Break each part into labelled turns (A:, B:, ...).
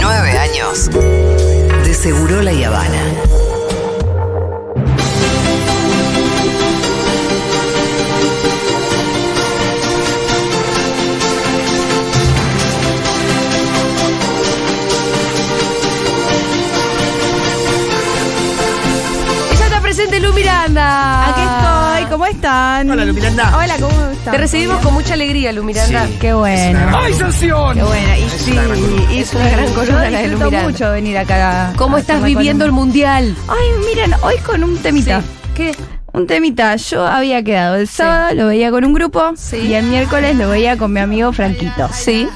A: Nueve años. De Seguro La Habana.
B: Ya está presente Lu Miranda.
C: Aquí estoy, ¿cómo están?
D: Hola, Lupilanda.
C: Ah. Hola, ¿cómo están?
B: Te recibimos con mucha alegría, Lu Miranda.
D: Sí.
C: Qué bueno.
D: ¡Ay, sanción!
C: Qué buena. Y
D: Es
C: sí,
D: una gran columna.
C: y
B: Es una gran columna la
C: Yo
B: de
C: disfruto
B: Lumiranda.
C: mucho venir acá. a-
B: ¿Cómo
C: a
B: estás
C: hacer la
B: viviendo el
C: columna.
B: mundial?
C: Ay, miren, hoy con un temita.
B: ¿Qué?
C: Un temita. Yo había quedado el sábado, lo veía con un grupo.
B: Sí.
C: Y el miércoles lo veía con mi amigo Franquito.
B: Sí.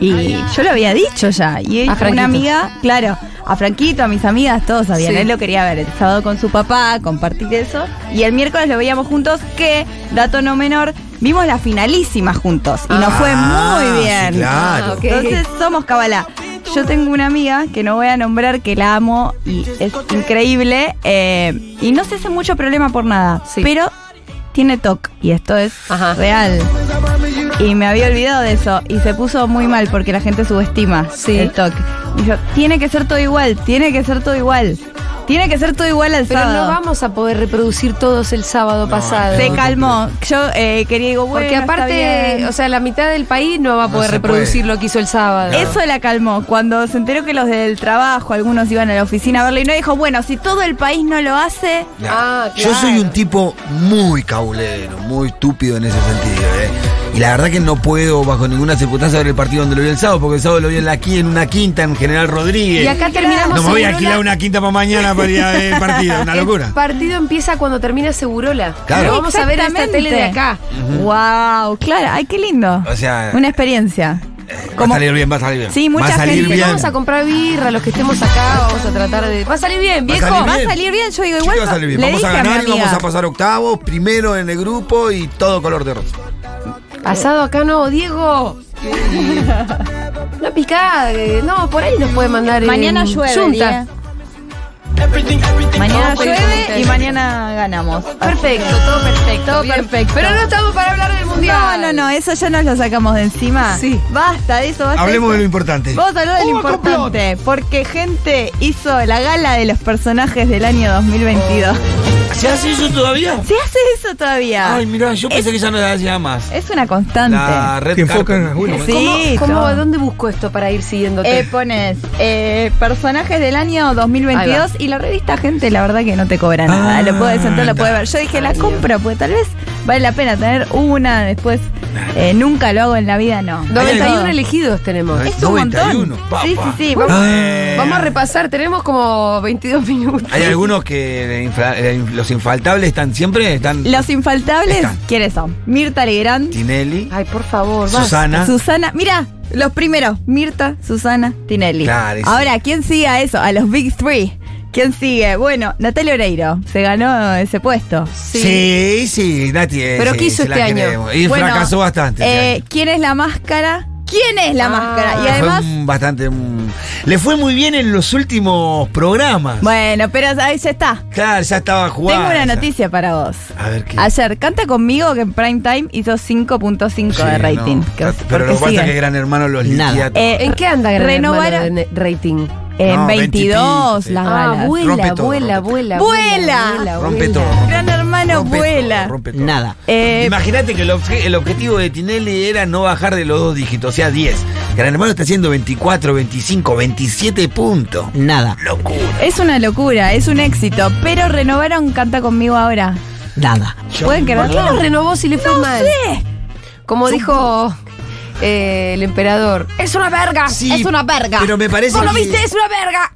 C: Y yo lo había dicho ya. Y
B: A Franquito.
C: una amiga, claro, a Franquito, a mis amigas, todos sabían.
B: Sí.
C: Él lo quería ver el sábado con su papá, compartir eso. Y el miércoles lo veíamos juntos, que, dato no menor, vimos la finalísima juntos. Y nos fue
D: Ah,
C: muy
D: sí,
C: bien.
D: claro.
B: Ah, ok.
C: Entonces somos cabalá. Yo tengo una amiga que no voy a nombrar, que la amo y es increíble. eh, y no se hace mucho problema por nada.
B: Sí.
C: Pero tiene TOC. Y esto es
B: Ajá.
C: real. Y me había olvidado de eso. Y se puso muy mal porque la gente subestima
B: Sí.
C: el TOC. Dijo, tiene que ser todo igual, tiene que ser todo igual. Tiene que ser todo igual al
B: Pero
C: sábado.
B: no vamos a poder reproducir todos el sábado pasado.
C: Se calmó. Yo eh, quería digo, bueno,
B: Porque
C: está
B: aparte,
C: bien.
B: o sea, la mitad del país no va a
D: No
B: poder
D: se
B: reproducir
D: puede.
B: lo que hizo el sábado.
C: Eso la calmó. Cuando se enteró que los del trabajo, algunos iban a la oficina a verlo y no dijo, bueno, si todo el país no lo hace,
B: Ah,
D: Yo
B: claro.
D: soy un tipo muy cabulero, muy estúpido en ese sentido, ¿eh? Y la verdad que no puedo, bajo ninguna circunstancia, ver el partido donde lo vi el sábado, porque el sábado lo vi en, la, qui- en una quinta, en General Rodríguez.
B: Y acá terminamos
D: no me voy a
B: Segurola.
D: alquilar una quinta para mañana para ir a ver el partido, una
B: El
D: locura.
B: partido empieza cuando termina Segurola.
D: Claro.
B: Lo vamos a ver en esta
C: Exactamente.
B: tele de acá.
C: wow, claro, ay, qué lindo.
D: O sea, eh,
C: Una experiencia.
D: va
C: como-
D: a salir bien, va a salir bien.
C: Sí, mucha
D: va a salir
C: gente-
D: bien.
B: Vamos a comprar birra, los que estemos acá, vamos a tratar de. Va a salir bien,
D: Va a
B: viejo.
D: salir
C: Va a
D: bien.
C: salir bien, yo digo,
D: Chicos,
C: igual.
D: va a salir bien.
C: le
D: Vamos a
C: dije mi
D: ganar y vamos
C: amiga,
D: a pasar octavos, primero en el grupo y todo color de rosa.
B: Pasado acá no, Diego. Una picada, que- no, por ahí nos puede mandar. eh,
C: Mañana llueve.
B: Yunta.
C: Lía. Mañana
B: No, pero
C: llueve y
B: contento.
C: mañana ganamos.
B: Perfecto, todo perfecto.
C: Todo
B: bien.
C: perfecto.
B: Pero no estamos para hablar del
C: No,
B: mundial.
C: no, no, eso ya nos lo sacamos de encima.
B: Sí.
C: Basta de eso, basta.
D: Hablemos de
C: de
D: lo
C: eso.
D: importante.
C: Vamos a hablar de
D: ¡Oh,
C: lo importante, porque gente hizo la gala de los personajes del año 2022.
D: ¿Se hace eso todavía?
C: ¿Se hace eso todavía?
D: Ay, mirá, yo pensé que ya no la hacía más.
C: Es una constante.
D: La red
E: Que enfocan
D: carpet.
E: a uno.
C: Sí,
B: ¿Cómo, cómo-
C: todo.
B: ¿Dónde busco esto para ir siguiéndote?
C: Eh, pones eh, personajes del año 2022 y la revista Gente, la verdad que no te cobra nada.
D: Ah,
C: lo puedes entrar, lo
D: anda.
C: puedes ver. Yo dije, la compro, porque tal vez vale la pena tener una, después eh, nunca lo hago en la vida, no.
B: 91 elegidos tenemos.
D: Ay,
C: Es un
D: 91,
C: montón.
D: papá.
C: Sí, sí, sí. Vamos,
D: Ah.
B: Vamos a repasar, tenemos como 22 minutos.
D: Hay algunos que de infra- eh, los infaltables están siempre, están
C: Los infaltables,
D: Están.
C: ¿quiénes son? Mirta Legrand,
D: Tinelli,
C: Ah,
B: Ay, por favor, va.
D: Susana.
C: Susana. Mira, los primeros, Mirta, Susana, Tinelli.
D: Claro, y sí.
C: Ahora, ¿quién sigue a eso? A los Big Three. ¿Quién sigue? Bueno, Natalia Oreiro se ganó ese puesto.
D: Sí, sí, Nati. eh,
B: Pero
D: sí,
B: ¿qué hizo
D: se la
B: este año?
D: queremos. Y
C: Bueno,
D: fracasó bastante. este
C: Eh,
D: año.
C: ¿Quién es la máscara? ¿Quién es la
B: Ah,
C: máscara? Y
B: fue
D: Le
C: además,
D: fue un- bastante. un- le fue muy bien en los últimos programas.
C: bueno, pero ahí ya está.
D: Claro, ya estaba jugando.
C: Tengo una
D: ya.
C: noticia para vos.
D: A ver qué.
C: Ayer, canta conmigo que en prime time hizo 5.5 de
D: Sí,
C: rating.
D: no.
C: Que-
D: Pero
C: porque
D: lo que pasa
C: sigue.
D: es que Gran Hermano los
E: Nada.
D: liquida.
C: Eh,
B: ¿En qué anda Gran
C: Renovar-
B: Hermano de ne- rating?
C: En
D: No,
C: 22
D: veintipico,
C: las
D: sí.
C: galas.
B: Ah, vuela,
D: Rompe todo,
B: vuela,
D: rompe
B: vuela,
C: todo. Vuela.
D: Rompe todo.
C: Gran hermano
D: Rompe todo,
C: vuela.
D: rompe todo.
E: Nada.
C: Eh,
D: Imagínate que el, obje- el objetivo de Tinelli era no bajar de los dos dígitos, o sea, 10. Gran Hermano está haciendo 24, 25, 27 puntos.
E: Nada.
D: Locura.
C: es una locura, es un éxito. Pero renovaron Canta conmigo ahora.
E: Nada.
C: ¿Pueden
B: ¿Por qué
C: creerlo?
B: lo renovó si le fue mal? Como dijo eh, el emperador. Es una verga,
D: Sí,
B: es una verga.
D: pero me parece
B: ¿No lo
D: que-
B: viste? Es una verga.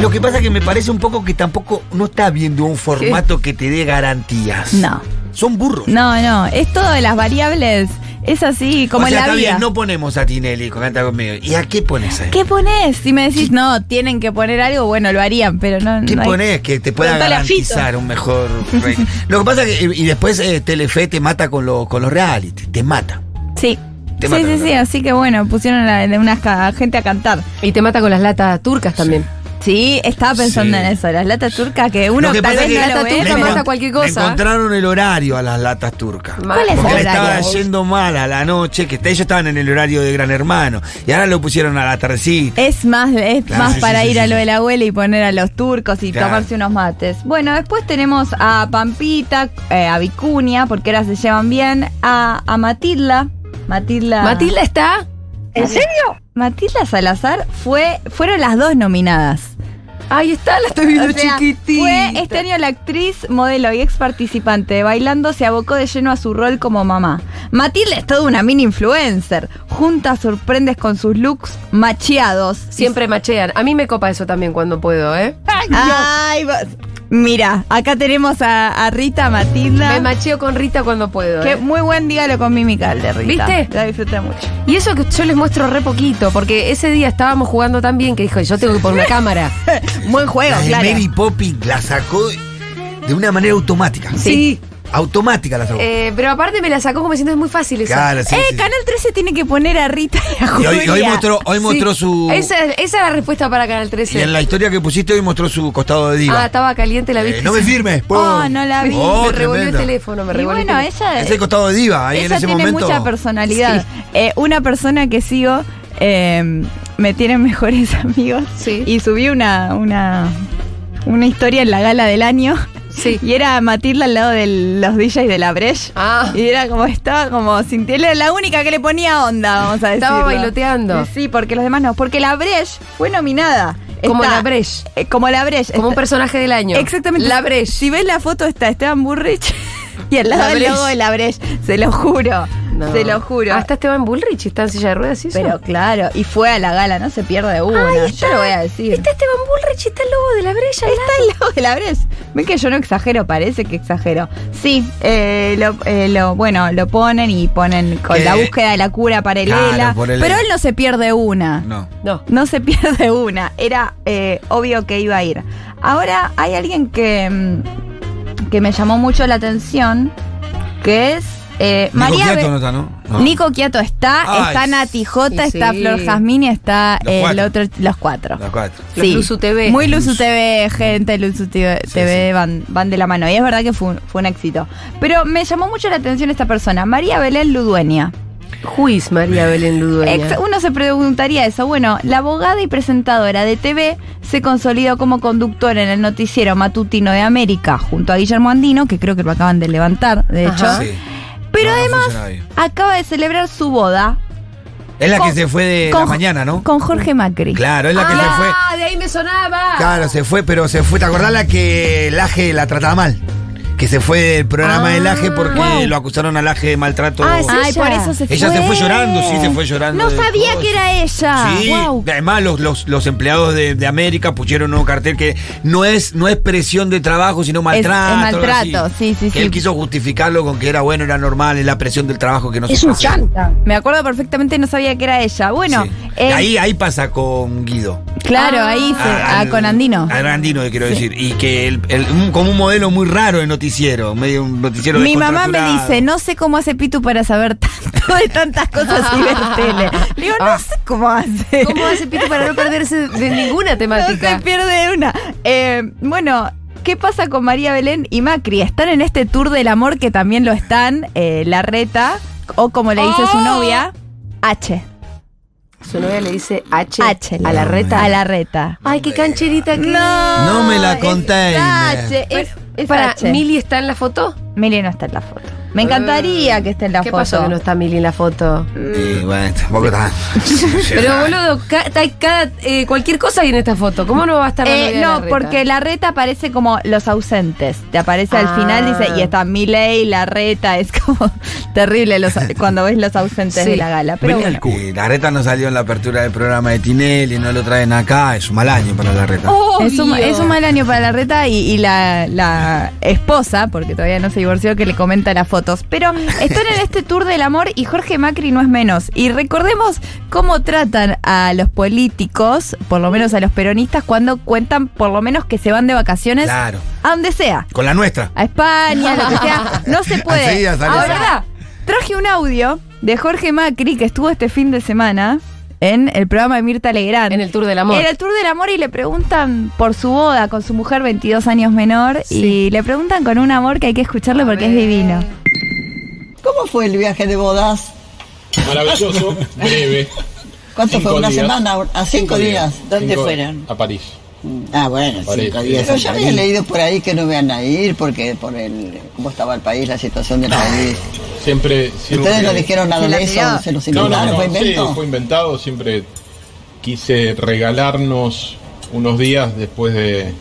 D: Lo que pasa es que me parece un poco que tampoco no está viendo un formato que te dé garantías.
C: No.
D: Son burros.
C: No, no, es todo de las variables. Es así, como
D: o sea,
C: en la
D: está
C: vida.
D: bien, no ponemos a Tinelli con Canta conmigo. ¿Y a qué pones ahí?
C: ¿Qué pones? Si me decís, no, tienen que poner algo, bueno, lo harían, pero no.
D: ¿Qué
C: no hay-
D: pones que te pueda
C: Preguntale a
D: garantizar un mejor rating? Lo que pasa es que, y después eh, Telefe te mata con, lo- con los reality, te mata.
C: Sí.
D: Te
C: sí,
D: matan,
C: sí, sí,
D: ¿no?
C: así que bueno, pusieron a, una gente a cantar.
B: Y te mata con las latas turcas también.
C: Sí, estaba pensando
D: Sí.
C: en eso, las latas turcas que uno
D: Lo que
C: tal
D: pasa
C: vez no
D: es que
B: la
C: lo
B: lata
C: ve,
B: turca
C: pero-
B: mata cualquier
D: Le
B: cosa.
D: encontraron el horario a las latas turcas.
B: ¿Cuál es
D: Porque
B: el
D: le estaba
B: horario?
D: yendo mal a la noche, que ellos estaban en el horario de Gran Hermano. Y ahora lo pusieron a la tardecita.
C: Es más, es
D: Claro,
C: más
D: sí,
C: para
D: sí,
C: ir
D: sí,
C: a
D: sí.
C: lo de la abuela y poner a los turcos y
D: Claro.
C: tomarse unos mates. Bueno, después tenemos a Pampita, eh, a Vicuña, porque ahora se llevan bien, a, a Matilda. Matilda.
B: ¿Matilda está?
E: ¿En serio?
C: Matilda Salazar fue, fueron las dos nominadas.
B: Ahí está, la estoy viendo
C: O sea,
B: chiquitita.
C: Fue este año la actriz, modelo y ex participante de Bailando se abocó de lleno a su rol como mamá. Matilda es toda una mini influencer. Juntas sorprendes con sus looks macheados.
B: Siempre machean. A mí me copa eso también cuando puedo, ¿eh?
C: Ay, vos- Mira, acá tenemos a, a Rita
B: Me
C: Matilda.
B: macheo con Rita cuando puedo.
C: Que
B: ¿eh?
C: muy buen dígalo con mímica el de Rita.
B: ¿Viste?
C: La disfruté mucho.
B: Y eso que yo les muestro re poquito, porque ese día estábamos jugando tan bien que dijo, yo tengo que poner una cámara.
C: Buen juego,
D: La de
C: claro.
D: Mary Poppins la sacó de una manera automática.
C: Sí.
D: Automática la sacó.
B: Eh, pero aparte me la sacó como diciendo, es muy fácil eso.
D: claro, sí,
C: eh,
D: sí.
C: Canal 13 tiene que poner a Rita y a
D: Y
C: Julia.
D: hoy, hoy mostró, hoy mostró su.
B: Esa, esa es la respuesta para Canal
D: Y
B: 13.
D: en la historia que pusiste hoy mostró su costado de diva.
B: Ah, estaba caliente la
D: Eh,
B: vista.
D: no me firmes. po.
C: Oh, no la vi.
D: Oh,
B: me revolvió el
D: tremendo.
B: teléfono, me
C: y
B: revolvió.
C: bueno,
B: el teléfono.
C: ella,
D: Ese costado de diva, ahí en
C: ella
D: ese
C: tiene
D: momento.
C: mucha personalidad.
B: Sí.
C: Eh, una persona que sigo eh, me tiene mejores amigos.
B: Sí.
C: Y subí una, una, una historia en la gala del año.
B: Sí.
C: Y era Matilda al lado de los DJs de la Breche.
B: Ah.
C: Y era como, estaba como sintiendo, era la única que le ponía onda, vamos a decir.
B: Estaba bailoteando.
C: Sí, porque los demás no. Porque la Breche fue nominada.
B: Como
C: Está-
B: la Breche.
C: eh, como la Breche.
B: Como un
C: Está-
B: personaje del año.
C: Exactamente.
B: La Breche.
C: Si ves la foto está Esteban Burrich y al lado
B: La
C: del
B: Breche.
C: logo de la Breche. Se lo juro.
B: No.
C: Se lo juro.
B: Ah, está Esteban Bullrich, está en silla de ruedas, ¿sí? eso?
C: Pero claro, y fue a la gala, no se pierde una.
B: Ahí
C: Yo lo voy a decir.
B: Está Esteban Bullrich, está el logo de la Brecha.
C: Está el logo de la Breche. Ven que yo no exagero, parece que exagero. Sí, eh, lo, eh, lo- bueno, lo ponen y ponen con
D: Eh,
C: la búsqueda de la cura paralela.
D: claro, paralela.
C: pero él no se pierde una.
D: No.
B: No.
C: No se pierde una. Era eh, obvio que iba a ir. Ahora hay alguien que, mm, que me llamó mucho la atención, que es eh,
D: Nico
C: María.
D: Giotto
C: Be-
D: no está, ¿no? No.
C: Nico Quiato está,
D: Ah. Ay,
C: está Nati Jota,
B: y
C: está
B: sí.
C: Flor Jazmín y está
D: Los
C: eh, el
D: cuatro.
C: otro, los cuatro.
D: Los cuatro.
B: Los Luzu TV.
C: Muy Luzu TV, gente, Luzu TV,
D: Sí,
C: TV
D: sí.
C: Van, van de la mano. Y es verdad que fue un, fue un éxito. Pero me llamó mucho la atención esta persona, María Belén Ludueña.
B: Juiz María Belén Ludueña.
C: Ex- uno se preguntaría eso. Bueno, la abogada y presentadora de TV se consolidó como conductora en el noticiero matutino de América junto a Guillermo Andino, que creo que lo acaban de levantar, de
B: Ajá.
C: hecho.
D: Sí.
C: Pero
D: No, no
C: además
D: funciona bien.
C: acaba de celebrar su boda.
D: Es la que
C: con-
D: se fue de la
C: con-
D: mañana, ¿no?
C: Con Jorge Macri.
D: Claro, es la que se fue.
B: Ah, de ahí me sonaba.
D: Claro, se fue, pero se fue. ¿Te acordás la que el Aje la trataba mal? Que se fue del programa
B: Ah,
D: del Aje porque
B: wow.
D: lo acusaron al Aje de maltrato.
C: Ah, es
B: Ay,
C: ella.
B: por eso se
D: ella se fue llorando, sí, se fue llorando.
C: No
D: de
C: sabía
D: cosas.
C: que era ella.
D: Sí,
C: ah, Guau.
D: además los, los, los empleados de, de América pusieron un nuevo cartel que no es, no es presión de trabajo, sino maltrato.
C: es
D: algo así.
C: maltrato, sí, sí,
D: Que Él
C: sí.
D: quiso justificarlo con que era bueno, era normal, es la presión del trabajo que no
E: Es
D: se
E: un
D: pasa.
E: chanta.
C: Me acuerdo perfectamente, no sabía que era ella. Bueno,
D: Sí.
C: eh,
D: ahí, ahí pasa con Guido.
C: claro,
B: Ah.
C: ahí se,
D: A-
C: ah,
D: al-
C: con Andino.
D: A Andino, quiero decir. Y que el- el- un- como un modelo muy raro de noticiero, medio un noticiero
C: Mi mamá me
D: descontracturado.
C: dice, no sé cómo hace Pitu para saber tanto de tantas cosas y ver tele. Le digo, no
D: Ah.
C: sé cómo hace.
B: ¿Cómo hace Pitu para no perderse de ninguna
C: No se
B: temática?
C: pierde una. Eh, bueno, ¿qué pasa con María Belén y Macri? Están en este tour del amor que también lo están, eh, la reta, o como le dice
B: Oh.
C: su novia, H.
B: Su novia le dice H,
C: H.
B: a la reta.
C: A la reta.
B: Ay, qué cancherita que
C: No.
D: No me la conté.
C: Es H, es, es
B: Para,
C: H.
B: ¿Mili está en la foto?
C: Mili no está en la foto. Me encantaría que esté en la
B: ¿Qué
C: foto.
B: pasó que no está Mili en la foto?
D: Y Eh, bueno, este, tampoco está.
B: Pero boludo, ca- hay cada, eh, cualquier cosa hay en esta foto. ¿Cómo no va a estar la
C: Eh,
B: novia de
C: no,
B: la reta?
C: porque la reta aparece como los ausentes. Te aparece
B: Ah.
C: al final, dice, y está Miley, la reta. Es como terrible los- cuando ves los ausentes
B: Sí.
C: de la gala. Pero
D: Vení
C: bueno.
D: al cubo. Eh, la reta no salió en la apertura del programa de Tinelli, no lo traen acá, es un mal año para la reta.
B: Obvio.
C: Es un, es un mal año para la reta y, y la, la esposa, porque todavía no se divorció, que le comenta las fotos. Pero están en este tour del amor y Jorge Macri no es menos. Y recordemos cómo tratan a los políticos, por lo menos a los peronistas, cuando cuentan por lo menos que se van de vacaciones
D: Claro.
C: a donde sea.
D: Con la nuestra.
C: a España, lo que sea. No se puede.
D: Enseguida sale
C: Ahora, traje un audio de Jorge Macri que estuvo este fin de semana en el programa de Mirta Legrand.
B: En el Tour del Amor.
C: Era el Tour del Amor y le preguntan por su boda con su mujer 22 años menor
B: Sí.
C: y le preguntan con un amor que hay que escucharlo porque es divino.
E: ¿Cómo fue el viaje de bodas?
F: Maravilloso, breve.
E: ¿Cuánto
F: Cinco
E: fue? ¿Una
F: días.
E: semana? ¿A cinco, días?
G: ¿Dónde
F: Cinco-
G: fueron?
F: A París.
E: Ah, bueno,
F: Parece.
E: cinco días. Pero
F: Pero
E: ya había leído por ahí que no iban a ir porque por el cómo estaba el país, la situación del país.
F: Siempre. siempre
E: ¿Ustedes lo dijeron a
C: Se la
E: los eso?
C: tiró.
E: ¿Se los
F: No, no,
E: inventaron?
F: no,
E: ¿Fue
F: sí,
E: invento?
F: fue inventado. Siempre quise regalarnos unos días después de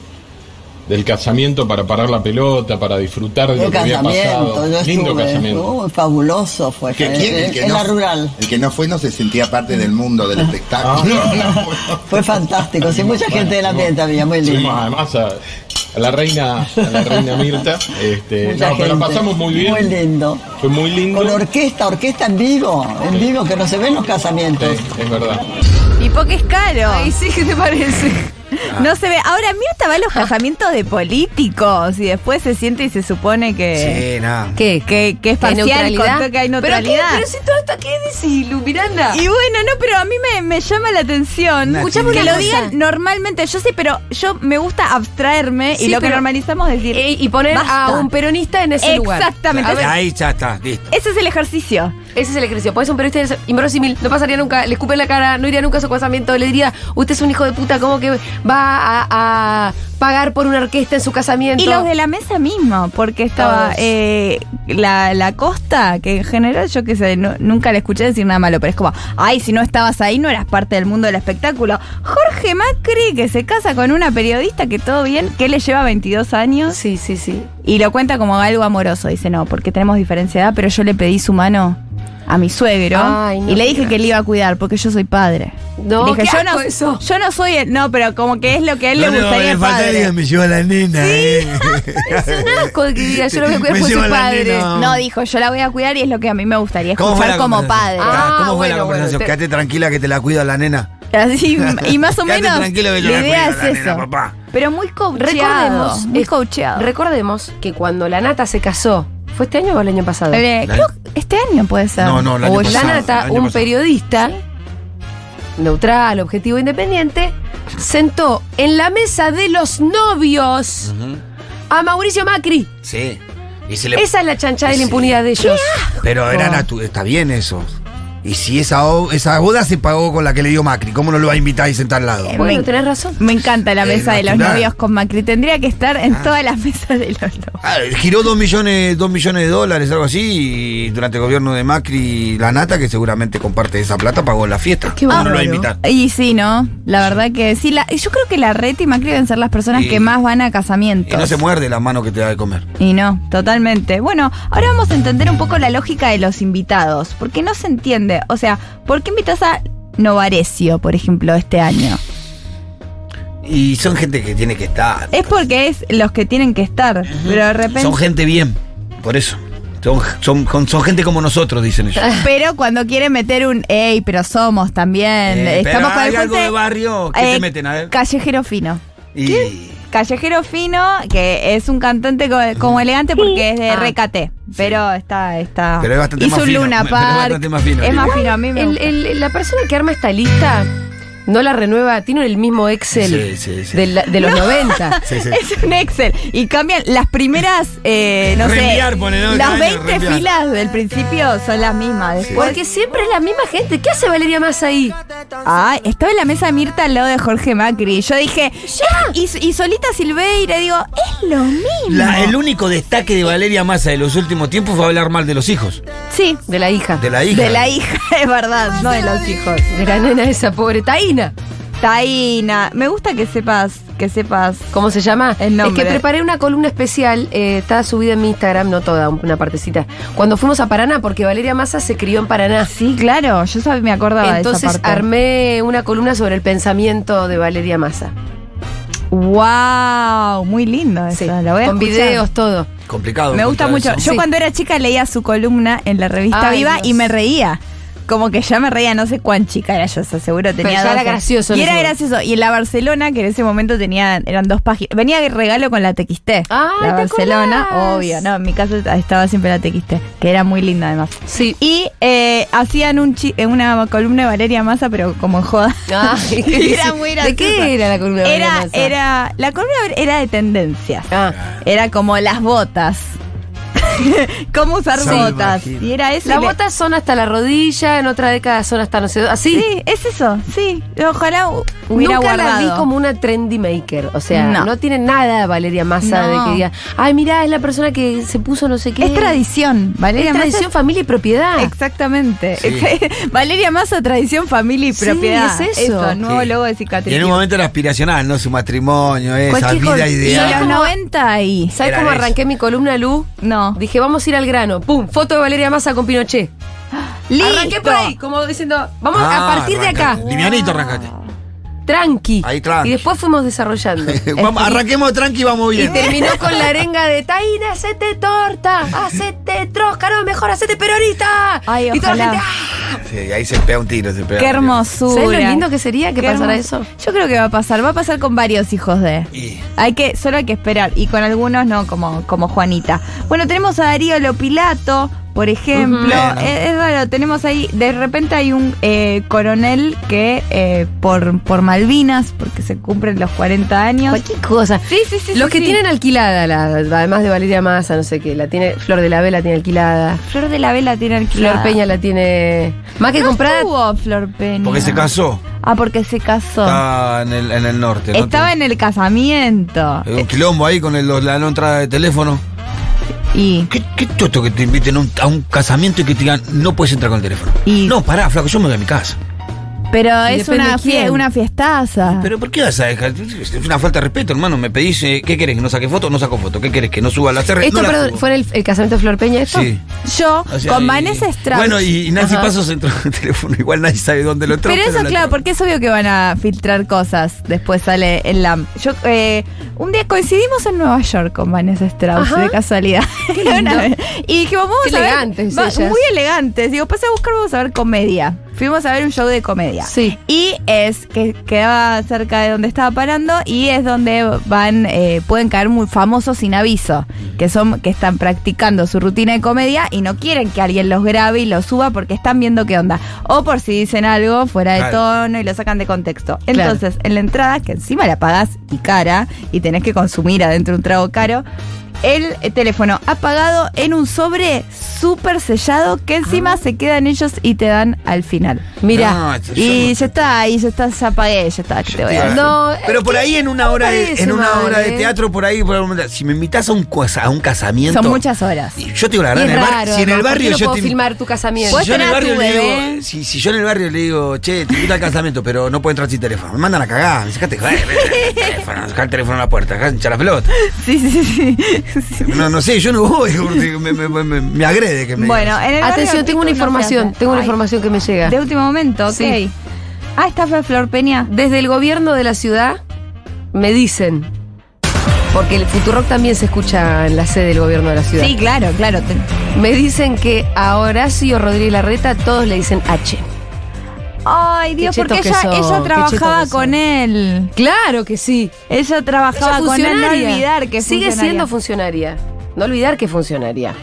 F: del casamiento para parar la pelota, para disfrutar de
E: Fue
F: lo
E: un
F: que había
E: casamiento,
F: pasado.
E: yo
F: Lindo
E: estuve.
F: casamiento.
E: Uy, fabuloso fue.
H: Que
E: fue
H: quién, el
E: en,
H: que
E: eh, en
H: no-
E: la rural. Ah.
H: El que no fue no se sentía parte del mundo del espectáculo.
E: Fue fantástico. Sí, mucha gente del ambiente había, muy lindo.
F: Fuimos además a, a la reina, a la reina Mirta. Este,
E: Mucha
F: no, pero
E: gente.
F: pasamos muy bien.
E: Muy lindo.
F: Fue muy lindo.
E: Con orquesta, orquesta en vivo, en vivo, que no se ven los
F: Sí,
E: casamientos.
F: es verdad.
C: Y porque es caro.
B: Ahí sí que te parece.
C: No se ve. Ahora Mirta va a los casamientos de políticos y después se siente y se supone que.
D: Sí, nada.
C: Eh, Que, que, que es
B: Que hay
C: parcial,
B: neutralidad.
C: contó que hay
B: Pero,
C: neutralidad.
B: qué- pero si todo esto, ¿qué decís, Lu Miranda?
C: Y bueno, no, pero a mí me, me llama la atención.
D: Una
C: Escuchame
D: chingada.
C: que lo
B: cosa.
C: digan normalmente. Yo sí, pero yo me gusta abstraerme
B: Sí,
C: y lo que
B: pero-
C: normalizamos es decir.
B: E- y poner
C: basta.
B: a un peronista en ese lugar.
C: Exactamente.
B: A ver,
D: Ahí ya está, listo.
C: Ese es el ejercicio.
B: ese es el ejercicio. Podés ser un peronista en ese- inverosímil, no pasaría nunca, le escupe en la cara, no iría nunca a su casamiento, le diría, usted es un hijo de puta, ¿cómo que va a, a pagar por una orquesta en su casamiento?
C: Y los de la mesa mismo, porque estaba
B: Todos.
C: eh, la, la costa, que en general yo que sé, no- nunca le escuché decir nada malo, pero es como, ay, si no estabas ahí no eras parte del mundo del espectáculo. Jorge Macri, que se casa con una periodista que todo bien, que le lleva 22 años
B: Sí, sí, sí.
C: y lo cuenta como algo amoroso. Dice, no, porque tenemos diferencia de edad, pero yo le pedí su mano a mi suegro
B: Ay, no
C: y le
B: te
C: dije
B: creo.
C: que él iba a cuidar porque yo soy padre.
B: No,
C: Le dije,
B: qué
C: yo no,
B: asco eso".
C: yo no soy, el- no, pero como que es lo que a él
D: No,
C: le
D: no,
C: gustaría
D: le
C: padre.
D: faltaría, me lleva la nena. eh.
B: Es un asco que diga, yo lo voy a cuidar
D: Me
B: por su
D: lleva la
B: padre.
D: nena.
C: No, dijo, yo la voy a cuidar y es lo que a mí me gustaría escuchar como padre.
D: conversación? Ah, ¿Cómo
B: Ah,
D: fue
B: bueno,
D: la
B: bueno,
D: conversación?
B: te-
D: Quédate tranquila que te la cuido a la nena.
B: Ah.
C: Así, y más o
D: Quédate
C: menos
D: tranquilo que yo
C: la
D: la
C: idea
D: cuido a la
C: es
D: nena,
C: eso.
D: papá.
C: Pero muy coacheado.
B: Recordemos,
C: Muy
B: es-
C: coacheado.
B: recordemos que cuando la nata se casó, ¿fue este año o el año pasado? Pues
C: Eh, creo que este año puede ser.
D: No, no, el año
C: O ya-
B: La
D: pasado.
B: Nata,
D: el año
B: un
D: pasado.
B: periodista neutral, objetivo independiente, sentó en la mesa de los novios a Mauricio Macri.
D: Sí. Y se le-
B: Esa es la chancha de la
D: Sí.
B: impunidad de ellos.
D: Pero era
B: Oh.
D: natu- está bien eso. Y si esa, o- esa boda se pagó con la que le dio Macri, ¿cómo no lo va a invitar y sentar al lado?
C: Eh,
B: Bueno,
C: Me-
B: tenés razón.
C: Me encanta la
D: Eh,
C: mesa de los
D: natural.
C: novios con Macri. Tendría que estar en todas las mesas de los novios.
D: Ah, giró dos millones, dos millones de dólares, algo así, y durante el gobierno de Macri, la nata, que seguramente comparte esa plata, pagó la fiesta.
B: Qué
D: ¿Cómo no
B: bárbaro.
D: lo va a invitar?
C: Ah, Y sí, ¿no? La verdad que sí. La, yo creo que la Reti y Macri deben ser las personas
D: Y-
C: que más van a
D: Y
C: casamientos.
D: no se muerde la mano que te da de comer.
C: Y no, totalmente. Bueno, ahora vamos a entender un poco la lógica de los invitados, porque no se entiende. O sea, ¿por qué invitas a Novarecio, por ejemplo, este año?
D: Y son gente que tiene que estar.
C: Es porque es los que tienen que estar, pero de repente...
D: Son gente bien, por eso. Son, son, son- son gente como nosotros, dicen ellos.
C: Pero cuando quieren meter un, ey, pero somos también,
D: Eh,
C: estamos con
D: pero
C: el
D: hay algo
C: puente",
D: de barrio, ¿qué te meten? A ver.
C: Callejero Fino.
D: Y
C: Callejero Fino, que es un cantante co- como elegante porque es de
B: Ah.
C: RKT, pero está, está...
D: Pero es bastante
C: hizo
D: más
C: un
D: fino,
C: Luna
D: me- pero es
C: Park,
D: bastante más fino.
C: es más fino, a mí me
B: El-
C: gusta.
B: el- el- la persona que arma esta lista no la renueva, tiene el mismo Excel
D: Sí, sí, sí.
B: De, la- de los 90.
D: Sí, sí.
C: Es un Excel. Y cambian las primeras, eh, no
D: Reenviar,
C: sé.
D: pone, ¿no?
C: Las
D: Cada año,
C: 20
D: reenviar.
C: filas del principio son las mismas. Después.
B: Porque siempre es la misma gente. ¿Qué hace Valeria Massa ahí?
C: Ay, estaba en la mesa de Mirta al lado de Jorge Macri. Yo dije, ya. Y, y solita Silveira, digo, es lo mismo.
D: La- el único destaque de Valeria Massa de los últimos tiempos fue hablar mal de los hijos.
C: Sí.
B: De la hija.
D: De la hija.
C: De la hija, es verdad, no de los hijos.
B: De la nena esa pobre Taina.
C: Taina, me gusta que sepas, que sepas.
B: ¿Cómo se llama?
C: El nombre.
B: Es que preparé una columna especial, eh, está subida en mi Instagram, no toda, un- una partecita. Cuando fuimos a Paraná, porque Valeria Massa se crió en Paraná.
C: Sí, claro, yo sab- me acordaba de
B: Entonces
C: Ah, esa parte.
B: armé una columna sobre el pensamiento de Valeria Massa.
C: wow, muy lindo eso.
B: Sí,
C: Lo voy a
B: con
C: escuchar.
B: videos, todo.
D: Complicado.
C: Me gusta
D: encontrar
C: mucho.
D: Ah, eso.
C: Yo
B: Sí.
C: cuando era chica leía su columna en la revista
B: Ay,
C: Viva
B: Dios.
C: y me reía. como que ya me reía, no sé cuán chica era yo, o sea, seguro tenía
B: ya era
C: 12.
B: gracioso en
C: Y era
B: ese
C: gracioso. Y en la Barcelona, que en ese momento tenía, eran dos páginas. Venía de regalo con la TXT.
B: Ah, ¿te
C: la Barcelona,
B: acordás?
C: obvio. No, en mi caso estaba siempre la TXT, que era muy linda además.
B: Sí.
C: Y eh, hacían un chi- eh, una columna de Valeria Massa, pero como en joda.
B: Ay,
C: era muy graciosa.
B: Ah, ¿De qué era la columna de
C: Era,
B: Valeria Massa?
C: era, la columna era de tendencias.
B: Ah,
C: Era como las botas. ¿Cómo usar
D: Sí,
C: botas?
D: imagino.
C: Y era eso.
B: las
C: y le-
B: botas son hasta la rodilla, en otra década son hasta no sé Ah, dónde. Así.
C: Sí, es eso, sí. Ojalá hu- hubiera
B: Nunca
C: guardado.
B: la vi como una trendy maker. O sea, no,
C: No.
B: tiene nada Valeria Massa
C: No.
B: de que diga, ay, mirá, es la persona que se puso no sé qué.
C: Es tradición,
B: Es
C: Valeria Massa.
B: tradición, familia y propiedad.
C: Exactamente.
D: Sí.
C: Valeria Massa, tradición, familia y
B: Sí,
C: propiedad.
B: es eso.
C: nuevo
D: Sí.
C: logo de
D: Y
C: cicatriz.
D: en un momento era aspiracional, ¿no? Su matrimonio, esa
B: Cualquier cosa.
D: vida
C: Y
D: ideal.
C: los 90 ahí.
B: ¿Sabes
D: Era
B: cómo
D: eso.
B: arranqué mi columna, Lu?
C: No.
B: Dije, vamos a ir al grano. ¡Pum! Foto de Valeria Massa con Pinochet. Arranqué
C: Listo.
B: por ahí, como diciendo, vamos
D: Ah,
B: a partir de acá.
D: arrancaste. Livianito arrancaste.
C: Ah.
B: Tranqui.
D: Ahí, tranqui.
B: Y después fuimos desarrollando.
D: Vamos,
C: Este,
D: arranquemos tranqui y vamos
B: Y
D: bien.
B: terminó con la arenga de Taina, hacete torta, hacete trosca, no, mejor hacete peronista.
C: Ay,
B: y toda la
C: ojalá.
B: gente, ¡ah!
D: Sí, ahí se pega un tiro. Se pega
C: Qué
D: un tiro.
C: hermosura.
B: ¿Sabes lo lindo que sería que
C: Qué
B: pasara
C: hermoso.
B: eso?
C: Yo creo que va a pasar. Va a pasar con varios hijos de.
D: Y-
C: Hay que, solo hay que esperar. Y con algunos no, como, como Juanita. Bueno, tenemos a Darío Lopilato, por ejemplo. Eh,
D: Ujú.
C: es, es raro, tenemos ahí, de repente hay un eh, coronel que eh, por, por Malvinas, porque se cumplen los 40 años.
B: Cualquier cosa.
C: Sí, sí, sí.
B: Los
C: sí,
B: que
C: sí.
B: tienen alquilada, la- además de Valeria Massa, no sé qué, la tiene Flor de la Vela tiene alquilada.
C: Flor de la Vela tiene
B: Flor
C: alquilada.
B: Peña la tiene más que
C: No
B: comprada.
C: estuvo Flor Peña.
D: Porque se casó.
C: Ah, porque se casó.
D: Estaba en el, en el norte. ¿no?
C: Estaba en el casamiento.
D: Hay un quilombo ahí con el, los- la no entrada de teléfono.
C: Y.
D: ¿Qué, qué toto que te inviten a un, a un casamiento y que te digan, no puedes entrar con el teléfono?
C: Y-
D: No, pará, flaco, yo me voy a mi casa.
C: Pero
B: Y
C: es
B: depende
C: una, fie-
B: quién.
C: una fiestaza.
B: Ah.
D: ¿Pero por qué vas a dejar? Es una falta de respeto, hermano. Me pedís, eh, ¿qué querés? ¿Que no saque foto? No saco foto. ¿Qué querés? ¿Que no suba la CR?
B: Esto,
D: no la
B: perdón,
D: subo.
B: ¿fue en el, el casamiento de Flor Peña esto?
D: Sí.
C: Yo,
D: O sea,
C: con
D: y-
C: Vanessa Strauss.
D: Bueno, y Nancy
B: Ajá.
D: Pasos entró con el teléfono. Igual nadie sabe dónde lo entró.
C: Pero eso,
D: lo
C: claro,
D: entró.
C: porque es obvio que van a filtrar cosas. Después sale el LAM. Yo, eh, un día coincidimos en Nueva York con Vanessa Strauss,
B: Ajá.
C: de casualidad. Una vez. y dijimos, vamos
B: Qué
C: a ver.
B: elegantes
C: va-
B: ellas.
C: Muy elegantes. Digo, pasé a buscar, vamos a ver comedia. Fuimos a ver un show de comedia.
B: Sí.
C: Y es que quedaba cerca de donde estaba parando y es donde van, eh, pueden caer muy famosos sin aviso, que son, que están practicando su rutina de comedia y no quieren que alguien los grabe y los suba porque están viendo qué onda. O por si dicen algo fuera de
D: Claro.
C: tono y lo sacan de contexto.
B: Claro.
C: Entonces, en la entrada, que encima la pagás y cara, y tenés que consumir adentro un trago caro. El eh, teléfono apagado en un sobre súper sellado que encima se quedan ellos y te dan al final.
B: Mira,
D: No, esto- yo
C: Y
D: no-
C: ya está, ahí ya está, ya pagué, ya está, que te voy a dar.
B: No,
D: Pero por ahí en una hora de,
B: parece
D: en una
B: mal,
D: hora de
B: ¿eh?
D: teatro, por ahí, por algún momento, si me invitas a un, casa- a un casamiento.
C: Son muchas horas.
D: y Yo te digo la
B: y
D: verdad,
B: es
D: en el bar-
B: raro,
D: si en el
B: además, ¿por qué
D: barrio
B: no
D: yo
B: puedo
D: te in-
B: filmar tu casamiento.
C: Puedes
D: Si yo, en el
C: tener a tu
D: barrio le
C: bebé.
D: digo, si, si yo en el barrio le digo, che, te invito al casamiento, pero no puedo entrar sin teléfono. Me mandan a cagar, me sacate, joder, el teléfono, sacá el teléfono a la puerta, acá hincha la pelota.
C: Sí, sí, sí.
D: No, no sé, yo no voy, porque me, me- me- me- me agrede que me
C: Bueno, en el
B: Atención,
C: barrio
B: tengo una
C: no se
B: información,
C: hace.
B: tengo una
C: Ay,
B: información que me llega.
C: De último momento, ok.
B: Sí.
C: Ah, está Flor- Flor Peña.
B: Desde el gobierno de la ciudad me dicen, porque el Futurock también se escucha en la sede del gobierno de la ciudad.
C: Sí, claro, claro. te-
B: Me dicen que a Horacio Rodríguez Larreta todos le dicen H.
C: Ay, Dios,
B: chetos
C: porque
B: que
C: ella,
B: son,
C: ella
B: qué
C: trabajaba
B: chetos que son.
C: con él.
B: Claro que sí.
C: Ella
B: Ella
C: trabajaba con él, no
B: funcionaria.
C: olvidar que es
B: sigue
C: funcionaria.
B: siendo funcionaria. No olvidar que es funcionaria.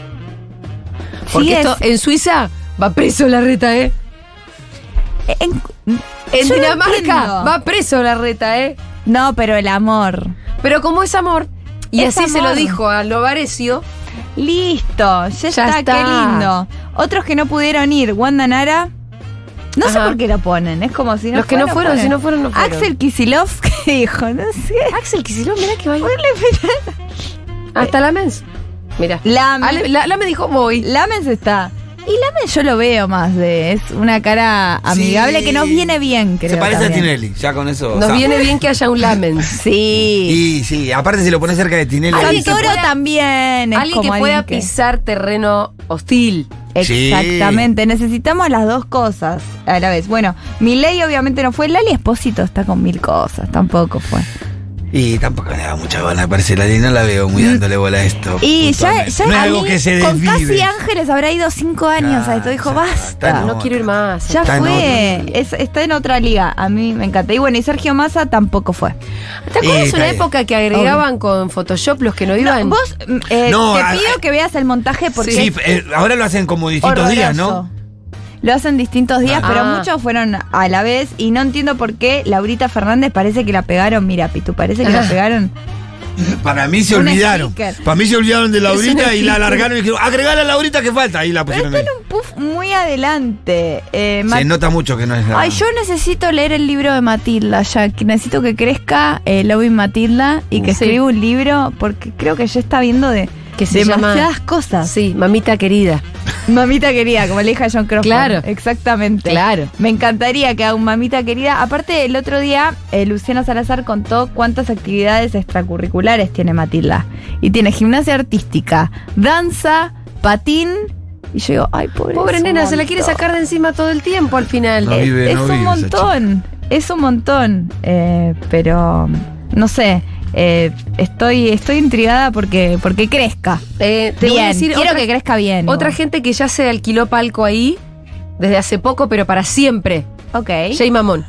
B: Porque
C: Sigue
B: esto en Suiza va preso Larreta, ¿eh?
C: En-
B: En
C: Yo no
B: Dinamarca
C: entiendo.
B: va preso Larreta, ¿eh?
C: No, pero el amor.
B: Pero como es amor, y
C: Es
B: así se lo
C: amor.
B: dijo a Novarecio,
C: Listo, ya, está,
B: está.
C: qué lindo. Otros que no pudieron ir, Wanda Nara. No sé
B: Ajá.
C: por qué lo ponen, es como si no
B: Los que no fueron,
C: ponen.
B: si no fueron, no fueron.
C: Axel Kisilov que dijo, no sé.
B: Axel Kicillof, mirá que baila. Hasta la mens. Mira.
C: Lamen.
B: La, la me dijo voy.
C: Lamens está. Y Lamens yo lo veo más de, es una cara amigable
D: Sí.
C: que nos viene bien, creo.
D: Se parece
C: también.
D: a Tinelli, ya con eso.
B: Nos
D: zafo.
B: viene bien que haya un lamens.
C: Sí.
D: Y sí, aparte si lo pones cerca de Tinelli.
B: Alguien que
C: Santoro
B: pueda-
C: también. es
B: Alguien que
C: como
B: pueda
C: alguien que-
B: pisar terreno hostil.
D: Sí.
C: Exactamente, necesitamos las dos cosas a la vez. Bueno, mi ley obviamente no fue, Lali Espósito está con mil cosas, tampoco fue.
D: Y tampoco le da mucha ganas, parece la lina, la veo muy dándole bola a
C: Mm.
D: esto.
C: Y ya,
D: puntualmente.
C: ya
D: no es
C: a
D: algo
C: mí,
D: que se
C: con
D: desvive.
C: Casi Ángeles habrá ido cinco años a esto. Dijo,
D: ya está,
C: basta.
D: está en
B: No
D: otra.
B: quiero ir más.
C: Ya
D: Está en
C: fue. Es- está en otra liga. A mí me encanta. Y bueno, y Sergio Massa tampoco fue.
B: ¿Te
D: Eh,
B: acuerdas
D: está
B: una
D: bien.
B: época que agregaban con Photoshop los que no
C: No,
B: iban?
C: vos mm, eh,
D: No,
C: te
D: a-
C: pido que veas el montaje porque
D: Sí,
C: es
D: eh, ahora lo hacen como distintos
C: horroroso.
D: días, ¿no?
C: Lo hacen distintos días,
B: Ah.
C: pero
B: Ah.
C: muchos fueron a la vez y no entiendo por qué Laurita Fernández parece que la pegaron. Mira, Pitu, parece que la pegaron.
D: Para mí se
C: Un
D: olvidaron.
C: sticker.
D: Para mí se olvidaron de Laurita y
B: sticker.
D: la alargaron y dijeron, agregala a Laurita que falta. Ahí la
C: Pero
D: pusieron.
C: está en un puff muy adelante. Eh,
D: ahí.
C: Mat-
D: Se nota mucho que no es la.
C: Ay, yo necesito leer el libro de Matilda, ya que necesito que crezca eh, Lobby Matilda y que
B: Sí.
C: escriba un libro, porque creo que ya está viendo de
B: Que se llama-
C: demasiadas cosas.
B: Sí, mamita querida.
C: Mamita querida, como le dije a John Crawford.
B: Claro.
C: Exactamente.
B: Claro.
C: Me encantaría que haga un mamita querida. Aparte, el otro día, eh, Luciana Salazar contó cuántas actividades extracurriculares tiene Matilda. Y tiene gimnasia artística, danza, patín. Y yo digo, ay, pobre.
B: Pobre
C: es un
B: nena, se la quiere
C: montón.
B: sacar de encima todo el tiempo al final.
D: No
C: Es,
D: vive,
C: es
D: no
C: un
D: vive esa chica.
C: montón, es un montón. Eh, pero, no sé, eh, estoy, estoy intrigada porque, porque crezca.
B: Eh, te voy a
C: Bien,
B: decir
C: quiero
B: otra,
C: que crezca bien.
B: otra gente que ya se alquiló palco ahí desde hace poco, pero para siempre.
C: Ok.
B: Jay Mamón.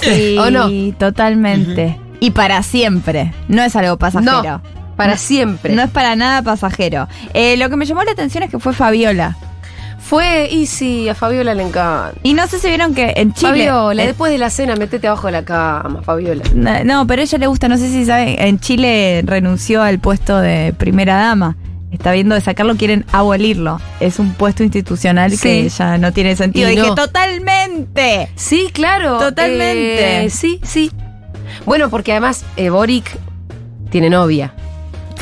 C: Sí,
B: ¿O no?
C: totalmente. Y para siempre. No es algo pasajero.
B: No, para siempre.
C: No es para nada pasajero. Eh, lo que me llamó la atención es que fue Fabiola.
B: Fue Easy, a Fabiola le encanta.
C: Y no sé si vieron que en Chile.
B: Fabiola, eh.
C: eh,
B: después de la cena, metete abajo de la cama, Fabiola.
C: na- no, pero a ella le gusta, no sé si saben, en Chile renunció al puesto de primera dama. Está viendo de sacarlo, quieren abolirlo. Es un puesto institucional
B: Sí.
C: que ya no tiene sentido.
B: Y
C: Dije,
B: no.
C: totalmente.
B: Sí, claro.
C: Totalmente.
B: Eh, sí, sí. Bueno, porque además eh, Boric tiene novia,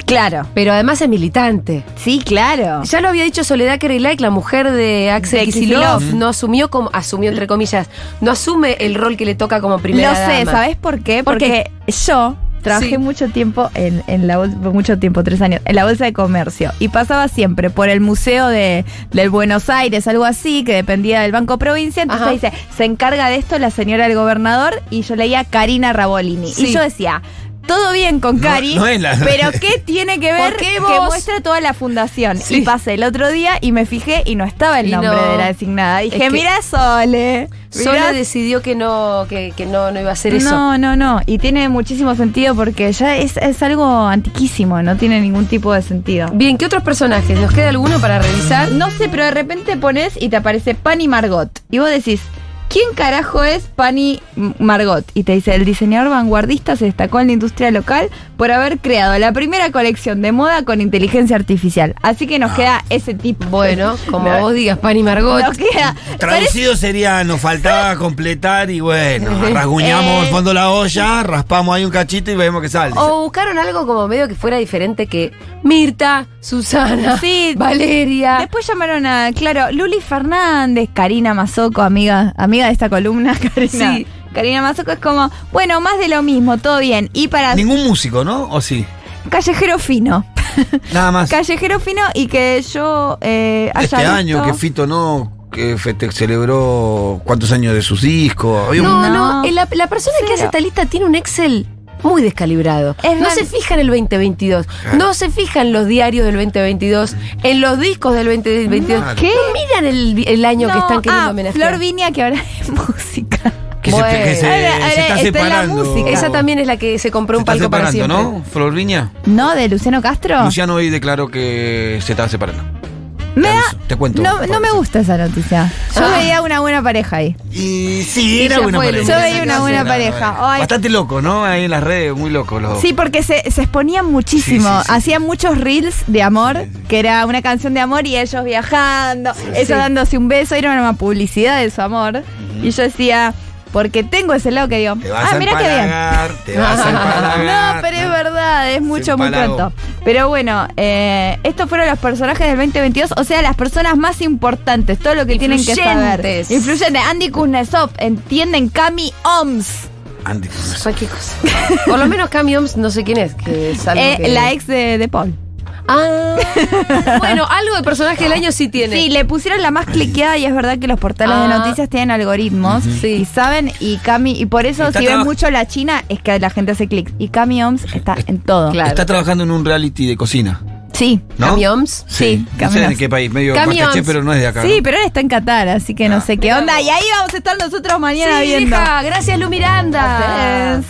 C: Claro.
B: pero además es militante.
C: Sí, claro.
B: Ya lo había dicho Soledad Kerelaik, la mujer de Axel
C: De
B: Kicillof,
C: Kicillof.
B: no asumió como asumió entre comillas, no asume el rol que le toca como primera
C: Lo sé,
B: dama.
C: ¿sabes por qué?
B: ¿Por
C: Porque yo trabajé
B: Sí.
C: mucho tiempo en, en la bolsa, mucho tiempo, tres años, en la bolsa de comercio. Y pasaba siempre por el museo de, del Buenos Aires, algo así, que dependía del Banco Provincia. Entonces
B: Ajá.
C: dice, se encarga de esto la señora del gobernador, y yo leía Karina Rabolini.
B: Sí.
C: Y yo decía. Todo bien con
D: No,
C: Cari,
D: no es la-
C: pero ¿qué tiene que ver
B: ¿Por qué
C: que
B: vos?
C: muestra toda la fundación?
B: Sí.
C: Y pasé el otro día y me fijé y no estaba el
B: Y
C: nombre
B: no.
C: de la designada. Dije,
B: que-
C: mira Sole,
B: Solo
C: mirá
B: decidió que no que, que no no iba a hacer eso.
C: no, no, no. Y tiene muchísimo sentido porque ya es, es algo antiquísimo, no tiene ningún tipo de sentido.
B: Bien, ¿qué otros personajes? ¿Nos queda alguno para revisar?
C: No sé, pero de repente pones y te aparece Pan y Margot. Y vos decís, ¿quién carajo es Pan y M- Margot? Y te dice, el diseñador vanguardista se destacó en la industria local por haber creado la primera colección de moda con inteligencia artificial. Así que nos queda ese tipo.
B: Bueno, como
C: No,
B: vos digas, Pani Margot.
C: Nos queda.
D: Traducido sería, nos faltaba completar y bueno,
C: Eh.
D: rasguñamos el fondo de la olla, raspamos ahí un cachito y vemos que sale.
C: Oh,
B: O buscaron algo como medio que fuera diferente que Mirta, Susana,
C: Sí.
B: Valeria.
C: Después llamaron a, claro, Luli Fernández, Karina Mazoco, amiga, amiga de esta columna, Karina.
B: Sí.
C: Karina Mazoco es como, bueno, más de lo mismo, todo bien. Y para
D: Ningún músico, ¿no? ¿O sí?
C: Callejero Fino.
D: Nada más.
C: Callejero Fino y que yo eh, haya
D: Ah, Este
C: visto-
D: año que Fito no que fete- celebró cuántos años de sus discos. Había un-
B: No, no,
C: No.
B: eh, la, la persona que
C: Cero.
B: hace esta lista tiene un Excel muy descalibrado.
C: Es
B: no
C: verdad.
B: se fija en el 2022, no se fija en los diarios del 2022,
D: Mm.
B: en los discos del 2022.
D: Claro.
C: ¿Qué?
B: No miran el, el año
C: No,
B: que están queriendo
C: ah,
B: homenajear.
C: Flor Viña que ahora es música.
D: que se, que se-
C: Ahora-
D: se
C: ahora está
D: está
C: en la
D: separando.
C: música.
B: Esa también es la que se compró
D: Se
B: un
D: está
B: palco para
D: separando,
B: siempre.
D: ¿no? Flor Viña.
C: ¿No? ¿De Luciano Castro?
D: Luciano hoy declaró que se estaba separando.
C: Ah. Me
D: Te
C: da-
D: aviso, te cuento.
C: No, no me gusta esa noticia. Yo
B: Ah.
C: veía una buena pareja ahí.
D: Y sí,
B: Y
D: era
B: ya
D: buena
B: fue el-
D: pareja.
C: Yo veía una
D: Sí,
C: buena
D: era
C: pareja.
D: buena.
C: Ay.
D: Bastante loco, ¿no? Ahí en las redes, muy loco los dos.
C: Sí, porque se, se exponían muchísimo.
D: Oh. Sí, sí, sí.
C: Hacían muchos reels de amor, que era una canción de amor y ellos viajando, ellos
B: Sí.
C: dándose un beso, era una publicidad de su amor. Y yo decía, porque tengo ese lado que digo,
D: Te vas
C: ah,
D: a
C: mira qué bien.
D: empalagar, te vas a empalagar.
C: No, pero es verdad, es mucho, muy
D: empalagó.
C: pronto. Pero bueno, eh, estos fueron los personajes del 2022, o sea, las personas más importantes, todo lo que tienen que saber.
B: Influyentes.
C: Influyentes. Andy Kuznetsov, entienden, Cami Oms,
D: Andy,
B: Ay, qué cosa. Por lo menos Cami Oms, no sé quién es, que es algo
C: eh,
B: que-
C: la ex de, de Paul.
B: Ah. bueno, algo de personaje del año sí tiene.
C: Sí, le pusieron la más cliqueada y es verdad que los portales de
B: Ah.
C: noticias tienen algoritmos
B: Ujú.
C: y saben y Cami y por eso
D: Está
C: si ven
D: traba-
C: mucho la China es que la gente hace clics y Cami Oms está en todo.
B: Claro.
D: Está trabajando en un reality de cocina.
C: Sí.
D: ¿No?
B: Camioms.
C: Sí,
D: No sé de
C: Camioms.
D: qué país, medio
B: Camioms.
D: Masterchef, pero no es de acá.
C: Sí,
D: ¿no?
C: pero él está en Qatar, así que no sé qué onda. Y ahí vamos a estar nosotros mañana
B: Sí,
C: viendo.
B: vieja. Gracias, Lu Miranda.
C: Gracias.